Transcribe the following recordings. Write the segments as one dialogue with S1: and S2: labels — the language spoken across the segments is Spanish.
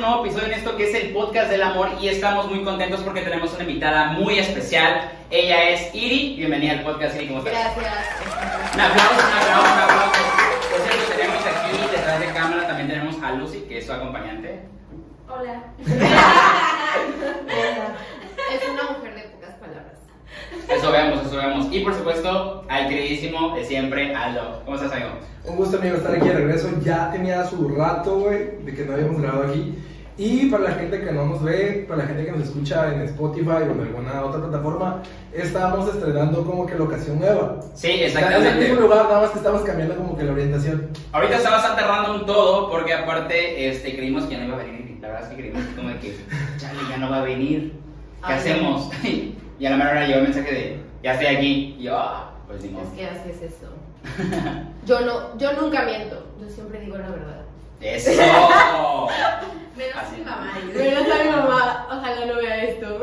S1: nuevo episodio en esto que es el podcast del amor y estamos muy contentos porque tenemos una invitada muy especial. Ella es Iri. Bienvenida al podcast, Iri, ¿cómo estás?
S2: Gracias.
S1: Un aplauso, un aplauso, un aplauso. Por cierto, tenemos aquí detrás de cámara también tenemos a Lucy, que es su acompañante.
S3: Hola.
S2: Es una mujer de pocas palabras.
S1: Eso vemos, eso vemos. Y por supuesto, al queridísimo de siempre, Aldo. ¿Cómo estás, amigo?
S4: Un gusto, amigo, estar aquí de regreso. Ya tenía su rato, güey, de que no habíamos grabado aquí. Y para la gente que no nos ve, para la gente que nos escucha en Spotify o en alguna otra plataforma, estábamos estrenando como que locación nueva.
S1: Sí,
S4: Está en el mismo
S1: exactamente.
S4: lugar, nada más que estamos cambiando como que la orientación.
S1: Ahorita está bastante random todo porque aparte este, creímos que ya no iba a venir. La verdad es que creímos como de que, chale, ya no va a venir. ¿Qué
S2: Ay.
S1: hacemos? y a la mera hora llegó el mensaje de, ya estoy aquí. Y yo, ah, pues ni modo.
S2: Es que así es eso. Yo no, yo nunca miento. Yo siempre digo la verdad.
S1: ¡Eso!
S3: Menos
S1: Así.
S3: mi mamá.
S2: Pero no sabe mi mamá, ojalá no vea esto.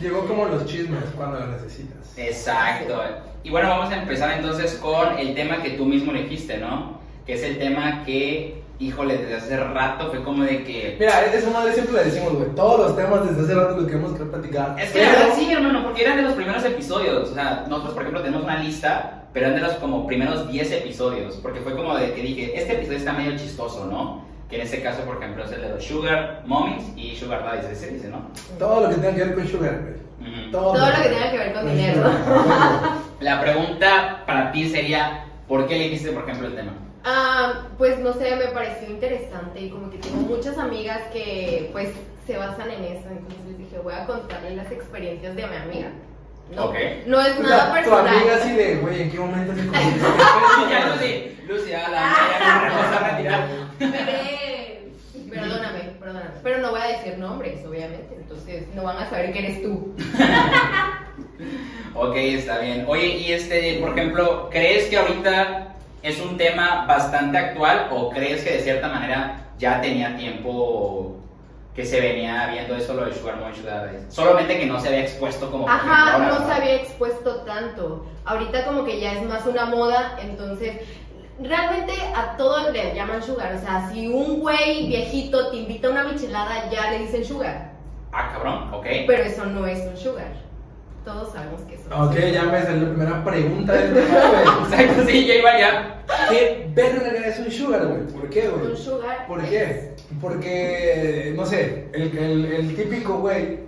S4: Llegó como los chismes cuando lo necesitas.
S1: Eh. Exacto. Y bueno, vamos a empezar entonces con el tema que tú mismo elegiste, ¿no? Que es el tema que, híjole, desde hace rato fue como de que...
S4: Mira, esa madre siempre la decimos, güey. Todos los temas desde hace rato lo que hemos platicado.
S1: Es que la verdad sí, hermano, porque eran de los primeros episodios. O sea, nosotros, por ejemplo, tenemos una lista, pero eran de los como primeros 10 episodios. Porque fue como de que dije, este episodio está medio chistoso, ¿no? Que en este caso, por ejemplo, es el de los Sugar Mommies y Sugar Daddies, ese dice, ¿no?
S4: Todo lo que tenga que ver con Sugar, güey.
S1: Ujú.
S2: Todo lo que tenga que ver con dinero.
S1: La pregunta para ti sería, ¿por qué elegiste, por ejemplo, el tema?
S2: Ah, pues no sé, me pareció interesante y como que tengo muchas amigas que pues se basan en eso, entonces dije voy a contarle las experiencias de mi amiga. No,
S1: Ok.
S2: no es
S4: O
S2: Pues nada
S4: sea, Pues tu
S2: personal.
S4: amiga así de, güey, ¿en qué momento me conociste?
S1: Ya, Lucy, Lucy, a la madre, ya me vas a retirar.
S3: Bebé.
S2: Perdóname, perdóname. Pero no voy a decir nombres, obviamente. Entonces no van a saber que eres tú.
S1: Ok, está bien. Oye, y este, por ejemplo, ¿crees que ahorita es un tema bastante actual o crees que de cierta manera ya tenía tiempo que se venía viendo eso lo de Sugar Mommy, Sugar Daddy? Solamente que no se había expuesto como... por ejemplo,
S2: Ajá,
S1: ahora,
S2: no
S1: ¿verdad?
S2: se había expuesto tanto. Ahorita como que ya es más una moda, entonces realmente a todos le llaman sugar. O sea, si un güey viejito te invita a una michelada, ya le dicen sugar.
S1: Ah, cabrón, ok.
S2: Pero eso no es un sugar. Todos sabemos que eso. no
S4: Ok,
S2: es un
S4: ya me salió la primera pregunta del tema, güey.
S1: Exacto, pues sí, ya iba ya.
S4: ¿Qué verga es un sugar, güey? ¿Por qué,
S2: sugar.
S4: güey?
S2: Un sugar. pues,
S4: ¿Por
S2: es-
S4: qué? Porque, no sé, el, el, el típico güey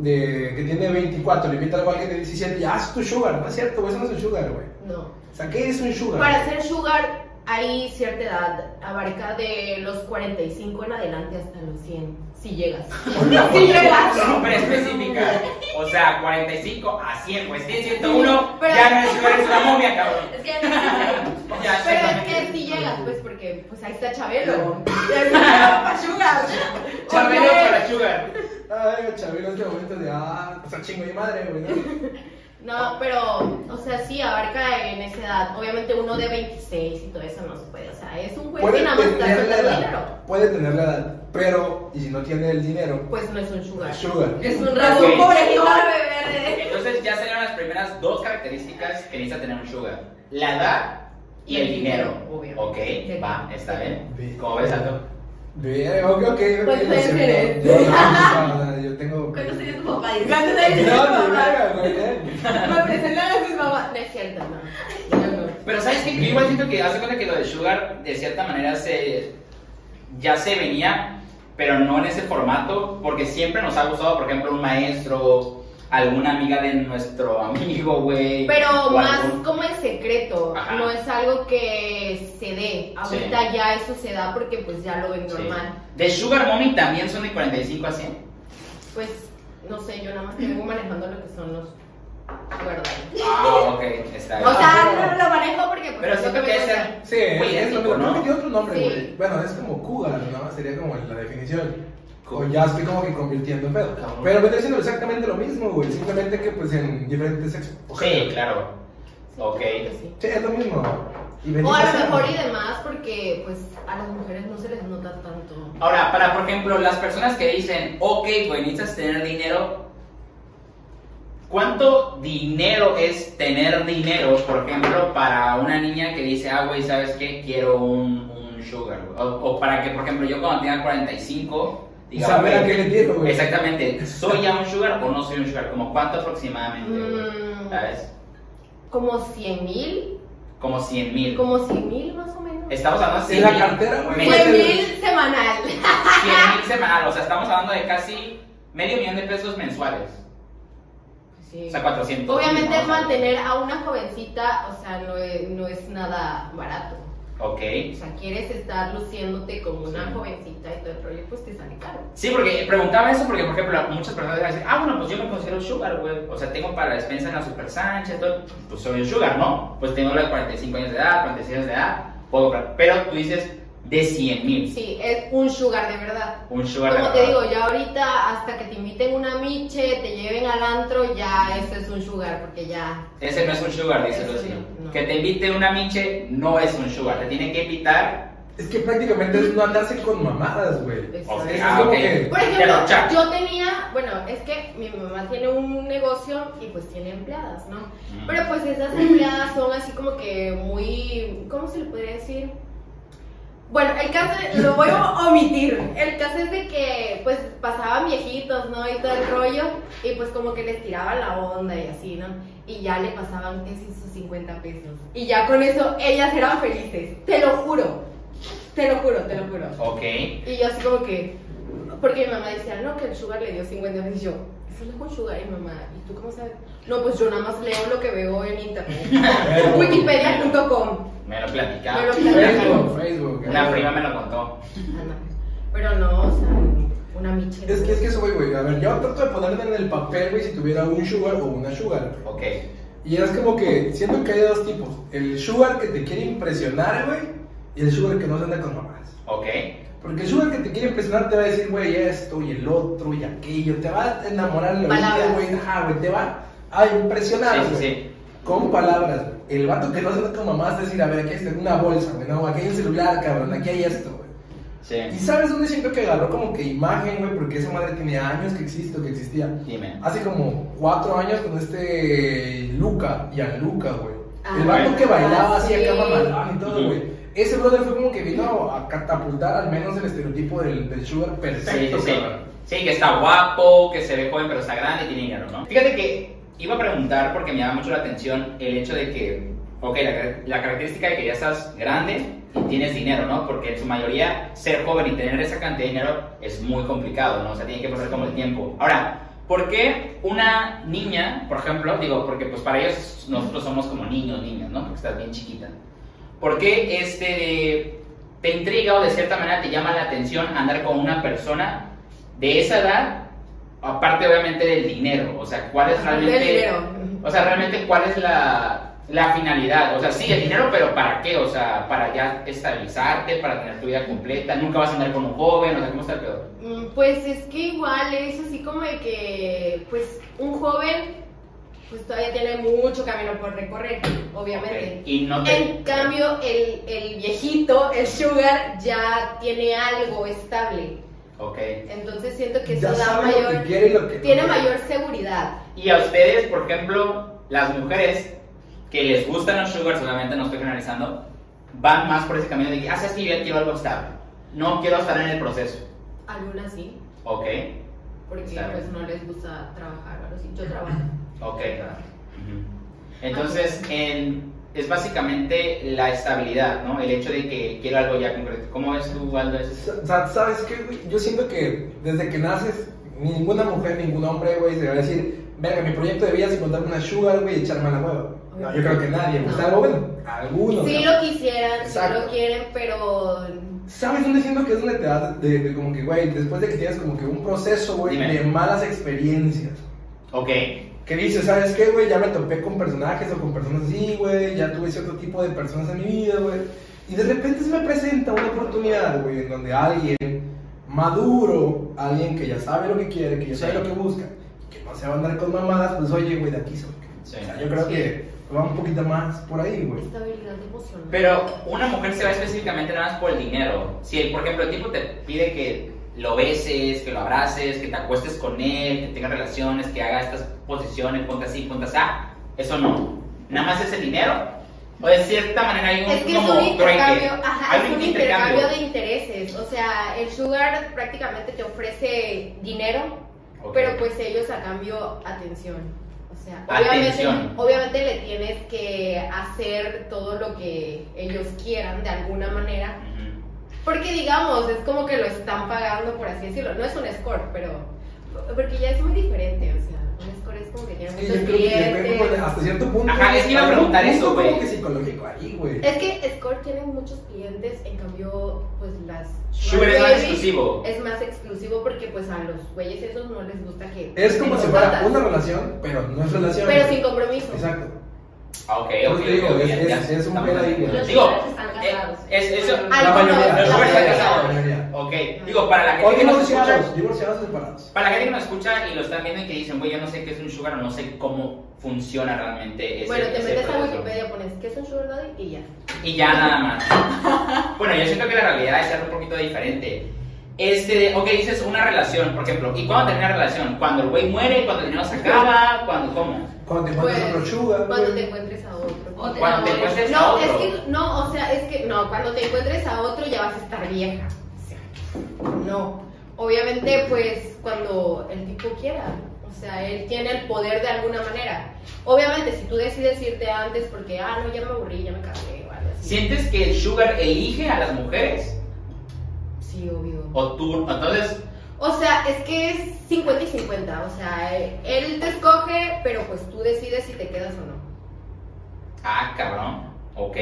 S4: de, que tiene 24 le invita a alguien de 17 y haz tu sugar, ¿no es cierto? güey? Eso no es un sugar, güey.
S2: No.
S4: O sea, ¿qué es un sugar?
S2: Para ser sugar hay cierta edad, abarca de los 45 en adelante hasta los 100, si llegas. si llegas.
S1: Súper específica. O sea, 45 a 100, pues 100, 101,
S2: Pero-
S1: ya no es Sugar, es una momia, cabrón.
S3: Es que ya no sé.
S1: Ya,
S2: Pero es
S1: exactamente.
S2: que si llegas, pues porque pues ahí está Chabelo. Ya es para sugar.
S1: Chabelo
S2: Oye,
S1: para Sugar.
S4: Ay, Chabelo, este momento de, ah, o sea, chingo mi madre, güey. ¿no?
S2: No, pero, o sea, sí, abarca en esa edad. Obviamente uno de 26 y todo eso no se puede. O sea, es un juez que
S4: Puede
S2: nada más está
S4: tener la
S2: soltando dinero.
S4: edad, puede tener la edad, pero, y si no tiene el dinero,
S2: Pues no es un sugar.
S4: sugar.
S2: Es un
S1: Es un
S2: ratón pobrecito.
S3: bebé.
S1: Entonces ya salieron las primeras dos características que necesita tener un sugar. La edad y, el dinero.
S2: obvio.
S1: Ok,
S2: Sí.
S1: va, está bien.
S4: Bien.
S1: ¿Cómo ves, Aldo?
S4: Bien, eh, ok, ok, ok.
S2: ¿Cuántos
S4: lo
S2: años
S4: acepto.
S2: tienes?
S4: Yo, no, no, no, yo tengo...
S3: ¿Cuántos años tu papá?
S2: ¿Cuántos años?
S4: No, ni verga, güey.
S2: Me presentaron a sus mamás. No es cierto, no. Yo no.
S1: Pero sabes que yo igual siento que hace cuenta que lo de sugar de cierta manera se ya se venía, pero no en ese formato, porque siempre nos ha gustado, por ejemplo, un maestro, alguna amiga de nuestro amigo, güey.
S2: Pero
S1: o
S2: más
S1: algún-
S2: como el secreto,
S1: Ajá.
S2: no es algo que se dé. Ahorita ya eso se da porque pues ya lo ven
S1: sí.
S2: normal.
S1: De sugar mommy también son de 45 a 100.
S2: Pues no sé, yo nada más te vengo manejando lo que son los cuerdas.
S1: Ah, ok, está bien.
S2: O sea, no lo manejo porque pues
S1: pero
S2: es lo
S1: siento que
S2: me
S1: es
S2: gusta.
S1: ser
S4: Sí, es,
S1: muy
S4: lo
S1: ético,
S4: mismo.
S1: ¿no?
S4: Creo que tiene otro nombre,
S2: Sí.
S4: güey. Bueno, es como Cougar, ¿no? Sería como la definición.
S1: Cougar.
S4: O ya estoy como que convirtiendo en pedo.
S1: Cabrón.
S4: Pero me está haciendo exactamente lo mismo, güey. Simplemente que, pues, en diferentes sexos.
S1: Sí, claro. Ok.
S2: creo que sí.
S4: Sí, es lo mismo. Y
S2: O
S4: bendito
S2: a lo
S4: sea.
S2: mejor y demás porque pues a las mujeres no se les nota tanto.
S1: Ahora, para por ejemplo, las personas que dicen, ok, pues necesitas tener dinero, ¿cuánto dinero es tener dinero, por ejemplo, para una niña que dice, ah, güey, ¿sabes qué? Quiero un, un sugar, güey. O, o para que, por ejemplo, yo cuando tenga 45, diga,
S4: Saber a
S1: güey,
S4: qué le tiro, güey.
S1: exactamente, ¿soy ya un sugar o no soy un sugar? Como cuánto aproximadamente, güey,
S2: Mm,
S1: ¿sabes?
S2: como 100 mil,
S1: Como 100 mil.
S2: como 100 mil más o menos.
S1: Estamos hablando de 100
S4: En la
S1: mil.
S4: cartera, güey.
S1: medio-
S2: 100 mil semanal.
S1: 100 mil semanal, o sea, estamos hablando de casi medio millón de pesos mensuales.
S2: Sí.
S1: O sea, 400.
S2: Obviamente
S1: ¿no?
S2: mantener a una jovencita, o sea, no es, no es nada barato.
S1: Ok.
S2: O sea, quieres estar luciéndote como una
S1: Sí.
S2: jovencita y todo el rollo, pues te sale caro.
S1: Sí, porque preguntaba eso porque, por ejemplo, muchas personas van a decir, ah, bueno, pues yo me considero sugar, güey. O sea, tengo para la despensa en la Super Sánchez, todo. Pues soy un sugar, ¿no? Pues tengo los 45 años de edad, 46 años de edad, puedo comprar. Pero tú dices de 100 mil.
S2: Sí, es un sugar de verdad.
S1: Un sugar de
S2: Como te
S1: verdad.
S2: digo, ya ahorita hasta que te inviten una miche, te lleven al antro, ya eso es un sugar, porque ya...
S1: Ese no es un sugar, dice
S2: Eso
S1: Lucy.
S2: no, no.
S1: Que te invite una miche no es un sugar. Te tienen que invitar.
S4: Es que prácticamente es no andarse con mamadas, güey.
S2: eso
S1: Ok,
S2: es.
S1: ah,
S4: como
S1: ok.
S4: que-
S2: Por
S1: Te
S2: ejemplo,
S1: lo chacas.
S2: yo tenía, bueno, es que mi mamá tiene un negocio y pues tiene empleadas, ¿no?
S1: Mm.
S2: Pero pues esas empleadas son así como que muy, ¿cómo se le podría decir? Bueno, el caso, lo voy a omitir. El caso es de que pues pasaban viejitos, ¿no? Y todo el rollo, y pues como que les tiraban la onda y así, ¿no? Y ya le pasaban que sí sus 50 pesos. Y ya con eso ellas eran felices, te lo juro, te lo juro, te lo juro.
S1: Ok.
S2: Y yo así como que, porque mi mamá decía, no, que el sugar le dio 50 veces. Y yo, eso no es con sugar. Y mi mamá, ¿y tú cómo sabes? No, pues yo nada más leo lo que veo en internet. Wikipedia.com.
S1: Me lo platicaba.
S2: Me lo platicaron.
S4: Facebook, Facebook.
S1: Una
S4: eh.
S1: prima me lo contó.
S2: Ah, no. Pero no, o sea, una miche.
S4: Es que es que eso, güey, güey. A ver, yo trato de ponerme en el papel, güey, si tuviera un sugar o una sugar.
S1: Ok.
S4: Y es como que siento que hay dos tipos. El sugar que te quiere impresionar, güey, y el sugar que no se anda con mamadas.
S1: Ok.
S4: Porque el sugar que te quiere impresionar te va a decir, güey, esto y el otro y aquello. Te va a enamorar la vida,
S2: Palabras.
S4: güey. Ajá, güey, te va a impresionar,
S1: Sí,
S4: güey.
S1: sí, sí.
S4: Con palabras, güey. El vato que no se anda con mamadas te va a decir, a ver, aquí está una bolsa, güey. No, aquí hay un celular, cabrón. Aquí hay esto, güey.
S1: Sí.
S4: ¿Y sabes dónde siento que agarró como que imagen, güey? Porque esa madre tiene años que existe, que existía.
S1: Dime.
S4: Hace como cuatro años con este Luca, Gianluca, güey.
S2: Ah,
S4: el vato que bailaba
S2: ah,
S4: así acá
S2: sí.
S4: mamalón y todo,
S1: Ujú.
S4: güey. Ese brother fue como que vino a catapultar al menos el estereotipo del, del sugar
S1: Sí,
S4: perfecto,
S1: sí, sí.
S4: cabrón.
S1: Sí, que está guapo, que se ve joven, pero está grande y tiene dinero, ¿no? Fíjate que iba a preguntar porque me llama mucho la atención el hecho de que, ok, la, car- la característica de que ya estás grande y tienes dinero, ¿no? Porque en su mayoría ser joven y tener esa cantidad de dinero es muy complicado, ¿no? O sea, tiene que pasar como el tiempo. Ahora, ¿por qué una niña, por ejemplo, digo, porque pues para ellos nosotros somos como niños, niñas, ¿no? Porque estás bien chiquita. ¿Por qué este, te intriga o de cierta manera te llama la atención andar con una persona de esa edad, aparte obviamente del dinero, o sea, cuál es realmente,
S2: Del dinero.
S1: o sea, realmente cuál es la, la finalidad, o sea, sí, el dinero, pero ¿para qué? O sea, para ya estabilizarte, para tener tu vida completa, nunca vas a andar con un joven, o sea, ¿cómo está el pedo?
S2: Mm, Pues es que igual es así como de que, pues, un joven, pues todavía tiene mucho camino por recorrer, obviamente.
S1: Ok, Y no te...
S2: En cambio, el, el viejito, el sugar, ya tiene algo estable.
S1: Ok.
S2: Entonces siento que eso
S4: Ya
S2: da
S4: sabe lo que
S2: mayor,
S4: quiere y lo que no
S2: tiene
S4: quiere.
S2: mayor seguridad.
S1: Y a ustedes, por ejemplo, las mujeres que les gustan los sugars, solamente no estoy generalizando, van más por ese camino de que, ah, sabes que yo ya quiero algo estable. No quiero estar en el proceso.
S2: Algunas sí,
S1: Ok,
S2: porque
S1: Está bien.
S2: pues no les gusta trabajar. ahora sí, yo trabajo.
S1: ok. Ujú. Entonces, en- es básicamente la estabilidad, ¿no? El hecho de que quiero algo ya concreto. ¿Cómo ves tú, Waldo? eso?
S4: O sea, ¿sabes qué, güey? Yo siento que desde que naces, ninguna mujer, ningún hombre, güey, se va a decir, venga, mi proyecto de vida es encontrarme una sugar, güey, y echarme a la hueva. No, yo creo que nadie, güey.
S2: No.
S4: Salvo, bueno, algunos.
S2: Sí
S4: cabrón.
S2: lo quisieran, sí
S4: Exacto.
S2: lo quieren, pero
S4: ¿Sabes dónde siento que es donde te das de, de como que, güey, después de que tienes como que un proceso, güey,
S1: Dime.
S4: de malas experiencias?
S1: Ok,
S4: Que dices, ¿sabes qué, güey? Ya me topé con personajes o con personas así, güey, ya tuve cierto tipo de personas en mi vida, güey. Y de repente se me presenta una oportunidad, güey, en donde alguien maduro, alguien que ya sabe lo que quiere, que ya sabe
S1: Sí.
S4: lo que busca, que no se va a andar con mamadas, pues oye, güey, de aquí soy.
S1: sí.
S4: O sea, yo creo
S2: Sí.
S4: que va un poquito más por ahí, güey.
S2: estabilidad emocional.
S1: Pero una mujer se va específicamente nada más por el dinero. Si, por ejemplo, el tipo te pide que lo beses, que lo abraces, que te acuestes con él, que tengas ah, relaciones, que haga estas posiciones, ponte así, ponte así, eso no. Nada más es el dinero O de cierta manera hay un
S2: Es que es
S1: como
S2: un
S1: trueque.
S2: intercambio, ajá,
S1: Hay
S2: es un intercambio de intereses. O sea, el sugar prácticamente te ofrece dinero,
S1: Ok.
S2: pero pues ellos a cambio atención. O sea,
S1: Atención.
S2: obviamente, obviamente le tienes que hacer todo lo que ellos quieran de alguna manera,
S1: Ujú.
S2: porque digamos, es como que lo están pagando por así decirlo. No es un score, pero porque ya es muy diferente, o sea, un score es como que tiene
S4: Sí, yo
S2: muchos
S4: creo que depende, pues,
S2: clientes.
S4: de- hasta cierto punto.
S1: Ajá, es que iba a
S4: hay un
S1: preguntar
S4: punto
S1: eso,
S4: como
S1: güey.
S4: que psicológico ahí, güey.
S2: Es que Score tiene muchos clientes, en cambio, pues las.
S1: Sugar es más
S2: Baby
S1: exclusivo.
S2: Es más exclusivo porque, pues a los güeyes esos no les gusta que.
S4: Es como
S2: que
S4: si
S2: los
S4: fuera
S2: matas.
S4: una relación, pero no es relación.
S2: Pero sin compromiso.
S4: Exacto.
S1: Ah, ok,
S4: Pues
S1: ok,
S4: te digo,
S1: ok,
S4: es-
S1: ya,
S4: es-
S1: ya,
S4: es un
S1: estamos
S4: pedo ahí,
S1: bien.
S4: güey.
S3: Los
S1: Digo,
S3: chicos están casados.
S1: eh, es- eso-
S3: Bueno,
S4: la
S2: Algunos,
S4: mayoría,
S2: la
S1: Los Sugar están
S2: mayoría.
S1: casados. Ok, digo, para la
S4: O
S1: gente que nos escucha.
S4: divorciados, divorciados separados.
S1: Para la gente que nos escucha y lo están viendo y que dicen, güey, yo no sé qué es un sugar, no sé cómo funciona realmente ese
S2: Bueno, te
S1: ese
S2: metes a
S1: proceso.
S2: Wikipedia, pones que es un Sugar Daddy y ya.
S1: Y ya nada más. Bueno, yo siento que la realidad es algo un poquito diferente. Este, ok, dices una relación, por ejemplo. ¿Y cuándo termina la relación? ¿Cuando el güey muere? ¿Cuando el dinero se acaba? ¿Cuando cómo?
S4: Cuando te
S2: Pues,
S4: encuentras otro sugar.
S2: Cuando
S4: güey.
S2: te encuentres a otro.
S3: O
S1: ¿Cuando
S3: te
S1: te
S3: enamores.
S1: encuentres a
S2: No, es
S1: otro?
S2: que, no, o sea, es que, no, cuando te encuentres a otro ya vas a estar vieja. O sea, no. Obviamente, pues, cuando el tipo quiera. O sea, él tiene el poder de alguna manera. Obviamente, si tú decides irte antes porque, ah, no, ya me aburrí, ya me casé o algo así.
S1: ¿Sientes que el sugar elige a las mujeres?
S2: Sí, obvio.
S1: ¿O tú? Entonces,
S2: O sea, es que es 50 y 50. O sea, eh, él te escoge, pero pues tú decides si te quedas o no.
S1: ah, cabrón. Ok.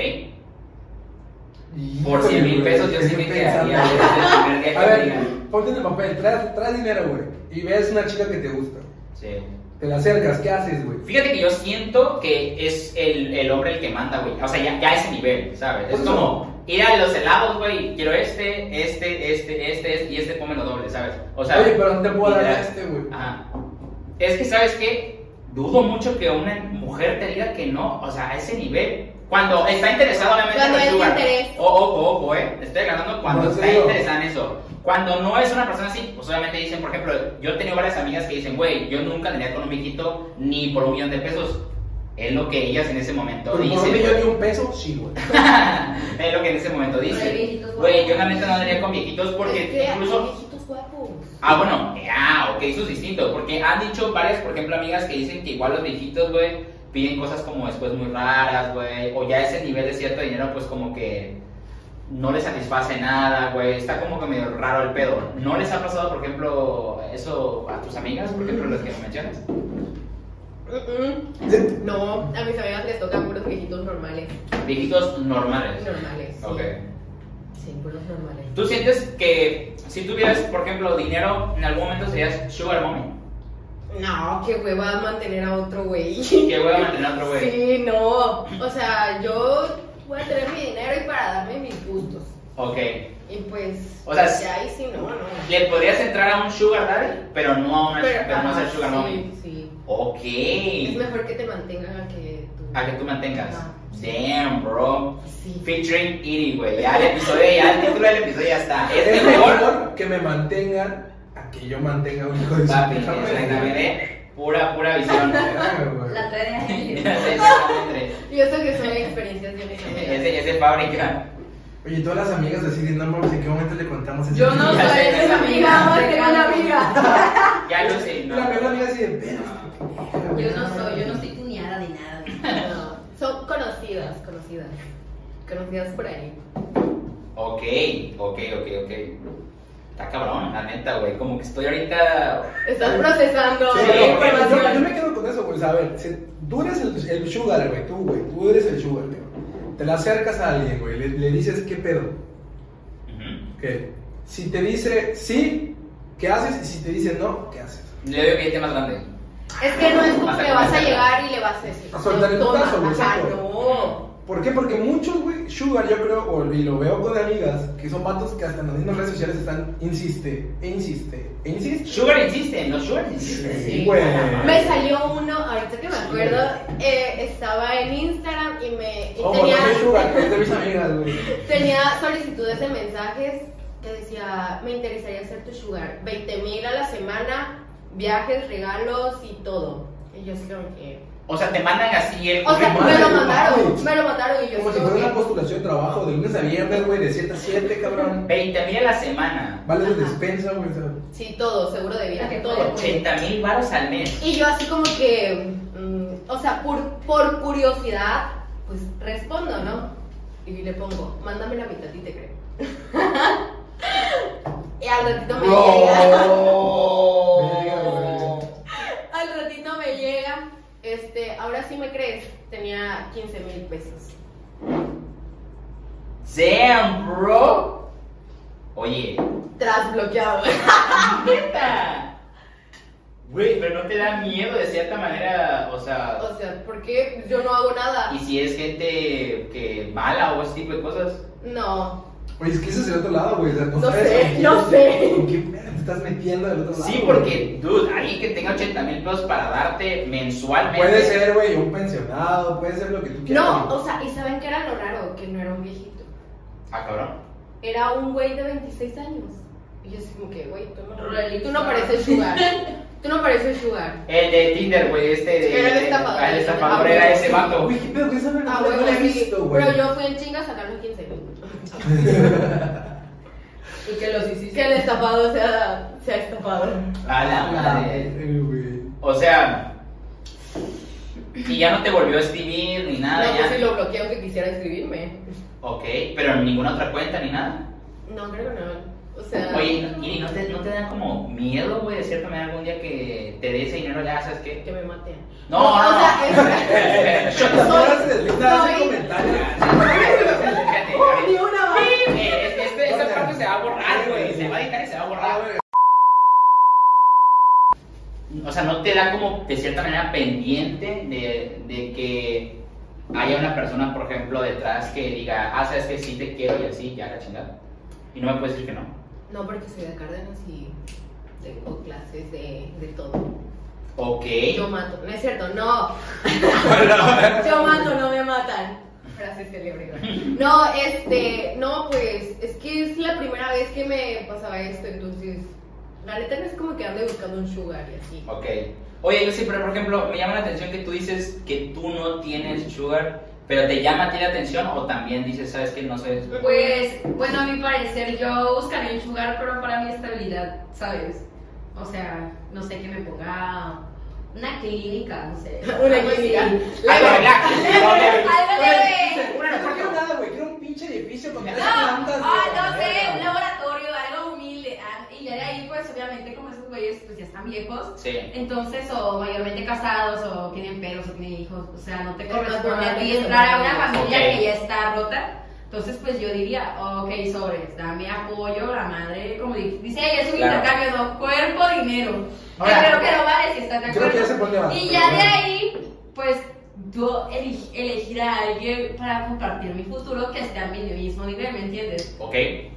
S4: Y-
S1: Por 100 mil
S4: güey,
S1: pesos yo sí
S4: estoy
S1: me quedaría
S4: pensando, güey.
S1: desde el primer día
S4: A
S1: que me digan.
S4: ver, ponte en el papel, traes, traes dinero, güey. Y ves una chica que te gusta.
S1: Sí.
S4: Te la acercas, ¿qué haces, güey?
S1: Fíjate que yo siento que es el, el hombre el que manda, güey. O sea, ya, ya a ese nivel, ¿sabes? Es
S4: Por eso.
S1: como ir a los helados, güey. Quiero este, este, este, este, este y este pómelo doble, ¿sabes? O sea, ah,
S4: Oye, pero no te puedo dar
S1: literal.
S4: a este, güey.
S1: Ajá. Es que, ¿sabes qué? Dudo mucho que una mujer te diga que no, o sea, a ese nivel. Cuando está interesado, obviamente,
S2: Cuando
S1: en el
S2: hay
S1: sugar.
S2: interés.
S1: O- Ojo, ojo, eh. Estoy aclarando cuando
S4: No,
S1: está
S4: sí, o-
S1: interesada en eso. Cuando no es una persona así, pues obviamente dicen, por ejemplo, yo he tenido varias amigas que dicen, güey, yo nunca andaría con un viejito ni por un millón de pesos. Es lo que ellas en ese momento
S4: Pero por un
S1: dicen.
S4: millón
S1: güey.
S4: y un peso, sí, güey.
S1: Es lo que en ese momento
S3: Pero hay
S1: dicen.
S3: viejitos
S1: Güey, yo
S3: guapos.
S1: la neta no andaría con viejitos
S2: Es
S1: porque
S2: que hay
S1: incluso
S2: viejitos guapos.
S1: Ah, bueno, eh, ah, ok, eso es distinto, porque han dicho varias, por ejemplo, amigas que dicen que igual los viejitos, güey, piden cosas como después muy raras, güey, o ya ese nivel de cierto dinero, pues como que no les satisface nada, güey, está como que medio raro el pedo. ¿No les ha pasado, por ejemplo, eso a tus amigas, por ejemplo, las que me mencionas?
S2: Mm, mm. No, a mis amigas les tocan puros viejitos normales.
S1: Viejitos normales.
S2: Normales. sí.
S1: Ok.
S2: Sí, puros normales.
S1: ¿Tú sientes que si tuvieras, por ejemplo, dinero, en algún momento serías sugar mommy?
S2: No, qué hueva mantener a otro güey.
S1: Que voy a mantener a otro güey.
S2: Sí, no. O sea, yo voy a tener mi dinero y para darme mis gustos.
S1: Ok.
S2: Y pues,
S1: O sea,
S2: de ahí sí, no, no.
S1: Le podrías entrar a un sugar daddy, pero no a una pero no a ser
S2: ajá,
S1: sugar
S2: sí,
S1: mommy.
S2: sí.
S1: Ok.
S2: Es mejor que te mantengan a que tú.
S1: A que tú mantengas.
S2: Ajá.
S1: Damn, bro.
S2: Sí.
S1: Featuring Iri, güey. Ya el episodio, ya el título del episodio ya está. Es
S4: Es
S1: mejor.
S4: mejor que me mantengan a que yo mantenga a un hijo de su
S1: Papi,
S4: puta madre.
S1: exactamente. Pura, pura visión.
S4: Claro, güey.
S3: La trae de Ángel.
S1: Exactamente.
S2: Y eso que son experiencias bien
S1: Es
S2: exageradas.
S1: de, es de fábrica.
S4: Oye, todas las amigas deciden, no mames, ¿en qué momento le contamos eso?
S3: Yo no
S1: Ya
S3: soy
S1: sé,
S3: de esa amiga, no tengo una amiga.
S1: Ya lo sé, no.
S4: La mejor amiga así de pedo.
S3: Yo no soy, yo no estoy cuñada de nada.
S2: No, son conocidas, conocidas. Conocidas por ahí.
S1: Ok, ok, ok, ok. Está cabrón, la neta, güey. Como que estoy ahorita.
S2: Estás procesando.
S4: Sí,
S1: Sí,
S4: pero,
S3: eh,
S1: pero
S4: pero yo,
S2: información.
S4: yo me quedo con eso, güey. O sea, a ver, si tú eres el, el sugar, güey. Tú, güey. Tú eres el sugar, güey. Te la acercas a alguien, güey. Le, le dices, ¿qué pedo?
S1: Ujú.
S4: ¿Qué? Si te dice sí, ¿qué haces? Y si te dice no, ¿qué haces?
S1: Le doy que el tema es grande.
S2: Es que no es como
S1: Vas a
S2: que vas a
S1: comenzar.
S2: llegar y le vas a decir.
S4: A soltar el
S2: "Toma".
S4: putazo, güey,
S2: Ajá,
S4: exacto.
S2: no.
S4: ¿Por qué? Porque muchos, güey, sugar, yo creo, o- y lo veo con amigas, que son vatos que hasta en las mismas redes sociales están, insiste, e insiste, e insiste.
S1: Sugar insisten, los sugar insisten.
S4: Sí, güey.
S2: Me salió uno, ahorita que me acuerdo, eh, estaba en Instagram y me y
S4: Oh,
S2: tenía,
S4: no soy sugar, es de mis amigas, güey.
S2: tenía solicitudes de mensajes que decía, me interesaría ser tu sugar, 20 mil a la semana, viajes, regalos y todo. Y yo así como que...
S1: O sea, te mandan así el
S2: O sea,
S1: currículum.
S2: me lo
S4: madre,
S2: mandaron,
S4: madre.
S2: me lo mandaron y
S4: viernes, güey, de 7 a 7, cabrón.
S1: 20 mil a la semana.
S4: Vale de
S2: Ajá.
S4: despensa, güey. o sea,
S2: Sí, todo, seguro de vida,
S3: Ok,
S2: todo.
S3: bueno.
S1: 80 mil varos al mes.
S2: Y yo así como que, mm, o sea, por, por curiosidad, pues respondo, ¿no? Y le pongo, mándame la mitad y te creo. y al ratito me llega,
S1: No.
S2: al ratito me llega, este, ahora sí me crees, tenía 15 mil pesos.
S1: Damn, bro. Oye,
S2: Tras bloqueado. Ah,
S1: neta. Güey, pero no te da miedo de cierta manera, o sea,
S2: o sea, ¿por qué yo no hago nada?
S1: y si es gente que mala o ese tipo de cosas.
S2: No,
S4: Oye, es que ese es el otro lado, güey. O sea, no,
S2: No
S4: sabes
S2: sé,
S4: con quién-
S2: no sé.
S4: ¿Con qué mierda te estás metiendo del otro lado?
S1: Sí,
S4: güey.
S1: porque, dude, alguien que tenga 80 mil pesos para darte mensualmente.
S4: Puede ser, güey, un pensionado, puede ser lo que tú quieras.
S2: no,
S4: güey.
S2: o sea, ¿y saben qué era lo raro? Que no era un viejito.
S1: Ah, cabrón.
S2: era un güey de 26 años. Y yo así como que, güey, tú no,
S3: Relic.
S2: tú no pareces sugar. tú no pareces sugar.
S1: El de Tinder, güey, este de.
S2: Era el estafador.
S1: Ah, El estafador era ese vato.
S4: Güey, qué pedo con esa verga,
S2: Ah,
S4: no
S2: güey,
S4: la he
S2: sí.
S4: visto, güey.
S2: Pero yo fui en chinga a sacarme 15 mil.
S3: Y que los hiciste.
S2: Que el estafado sea, sea estafador.
S1: A Ah,
S2: Ah,
S1: la madre.
S4: Eh, güey.
S1: O sea. Y ya no te volvió a escribir ni nada,
S2: no
S1: Ah, ya.
S2: sé si lo bloqueo que quisiera escribirme.
S1: Ok, pero en ninguna otra cuenta ni nada.
S2: No, creo que no. O sea,
S1: Oye, ¿y no te, no te da como miedo, güey, de cierta manera algún día que te dé ese dinero ya, ¿sabes qué?
S2: que me maten.
S1: No, no, no.
S2: o sea, es...
S1: Shut
S4: La morra se
S2: soy-
S4: deslinda de ese
S2: soy-
S4: comentario.
S1: Fíjate,
S2: ¡Oh, ni una más!
S1: eh, es- este- esa parte se va a borrar, güey. Se va a editar y se va a borrar, O sea, no te da como de cierta manera pendiente de, de que haya una persona, por ejemplo, detrás que diga, ah, sabes que sí te quiero y así, ya la chingada. Y no me puedes decir que no.
S2: No, porque soy de Cárdenas y tengo clases de, de todo.
S1: Ok.
S2: Yo mato. No es cierto, no. Yo mato, no me matan. Frase célebre. No, este, no, pues, es que es la primera vez que me pasaba esto, entonces, la neta no es como que ande buscando un sugar y así.
S1: Ok. Oye, yo sí, pero por ejemplo, me llama la atención que tú dices que tú no tienes sugar, pero te llama a ti la atención o también dices, sabes que no soy...
S3: Pues, bueno, a mi parecer, yo buscaré un sugar, pero para mi estabilidad, ¿sabes? O sea, no sé que me ponga una clínica, no sé.
S2: Una
S3: algo así.
S2: clínica.
S1: Ay, no, relax. No, no, no.
S3: Algo leve.
S4: Bueno, no quiero nada, güey. Quiero un pinche edificio con tres
S3: No,
S4: plantas.
S3: ah, no
S4: güey, la verga,
S3: sé,
S4: güey.
S3: un laboratorio, algo humilde. ah, Y ya de ahí, pues, obviamente, como esos güeyes, pues ya están viejos.
S1: Sí.
S3: Entonces, o mayormente casados, o tienen perros, o tienen hijos. O sea, no te
S2: Es
S3: corresponde a
S2: probable
S3: ti
S2: que
S3: entrar a
S2: se
S3: una
S2: mueran.
S3: familia
S1: Ok.
S3: que ya está rota. Entonces, pues yo diría, ok, sobres, dame apoyo, la madre, como di- dice ella, es un
S1: Claro.
S3: intercambio, ¿no? Cuerpo, dinero.
S4: Ahora,
S3: Yo creo que lo vale si estás de
S4: Creo que ya
S3: acuerdo.
S4: se pone abajo.
S3: Y ya de ahí, pues yo eleg- elegir a alguien para compartir mi futuro que esté a mi mismo nivel, ¿me entiendes?
S1: Ok,
S3: Ese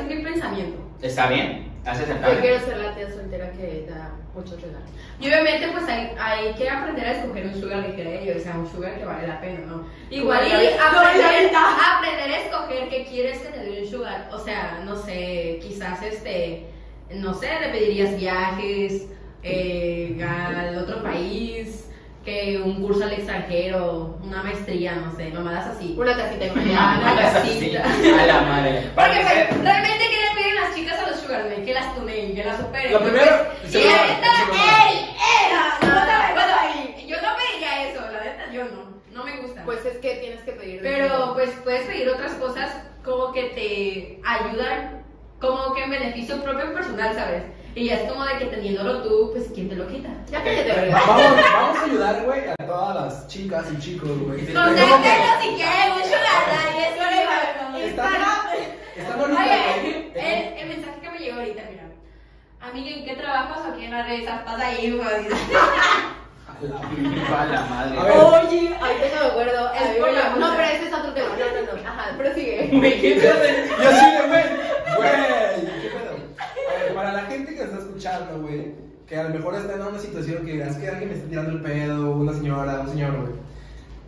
S3: es mi pensamiento.
S1: está bien, estás
S2: Yo
S1: aceptable.
S2: quiero ser la tía soltera que da muchos regalos.
S3: Y obviamente, pues hay, hay que aprender a escoger un sugar ligero, o sea, un sugar que vale la pena, ¿no? Igual y
S2: Como la vida.
S3: aprender, aprender a escoger qué quieres que te dé un sugar. O sea, no sé, quizás este, no sé, le pedirías viajes eh, al otro país, que un curso al extranjero, una maestría, no sé, mamadas así.
S2: Una casita de
S1: Ah,
S2: mañana.
S1: no, es así, A la madre.
S3: Porque pues, realmente que le piden las chicas a los sugar men? que las tuneen, que las superen.
S4: Lo primero,
S3: Y
S4: se
S3: la
S4: va,
S3: neta,
S4: se va.
S3: ey, ey, no, no, no, no, bueno, ahí, yo no pediría eso, la neta, yo no, no me gusta.
S2: Pues es que tienes que pedir. de
S3: Pero
S2: todo.
S3: pues puedes pedir otras cosas como que te ayudan, como que en beneficio propio personal, ¿sabes? Y ya es como de que teniéndolo tú, pues ¿quién te lo quita?
S2: Ya que te
S4: eh, Vamos, vamos a ayudar, güey, a todas las chicas y chicos, güey.
S1: Sí.
S4: Como que
S3: Contáctelo si quieres, mucho la es
S2: Es
S3: bueno,
S2: para-
S4: Está bonito,
S3: Oye,
S4: güey.
S3: el, el mensaje que me llegó ahorita, mira. Amiga, ¿en qué trabajas o qué en las redes? Estás ahí, hijo.
S4: A la
S1: A la madre.
S4: A ver.
S3: Oh.
S2: Oye, ahorita no me acuerdo.
S3: Es
S2: a mí me
S3: por
S2: lo-
S3: la
S2: No,
S3: música.
S2: pero ese es otro tema. No, no, no. Ajá, prosigue.
S1: Güey, ¿qué pedo de-
S4: Y así de, güey, güey, qué pedo. A ver, Para la gente que está escuchando, güey, que a lo mejor está en una situación que digas que alguien me está tirando el pedo, una señora, un señor, güey.